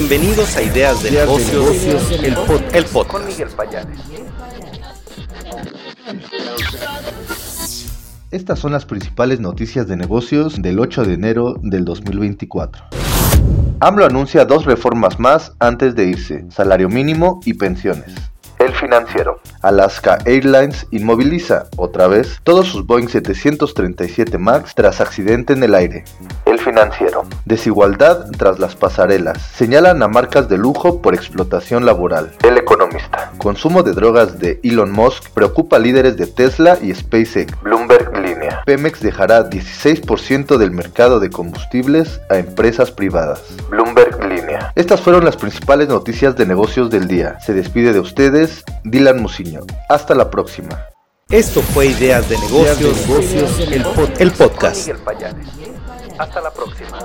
Bienvenidos a Ideas de Ideas de Negocios, Negocios, el, el pod- el podcast. Estas son las principales noticias de negocios del 8 de enero del 2024. AMLO anuncia dos reformas más antes de irse, salario mínimo y pensiones. El financiero. Alaska Airlines inmoviliza, otra vez, todos sus Boeing 737 MAX tras accidente en el aire. El financiero. Desigualdad tras las pasarelas. Señalan a marcas de lujo por explotación laboral. El economista. Consumo de drogas de Elon Musk preocupa a líderes de Tesla y SpaceX. Bloomberg Línea. Pemex dejará 16% del mercado de combustibles a empresas privadas. Bloomberg Línea. Estas fueron las principales noticias de negocios del día. Se despide de ustedes Dylan Musiño. Hasta la próxima. Esto fue Ideas de Negocios, el, pod- el podcast. Miguel Payares. Hasta la próxima.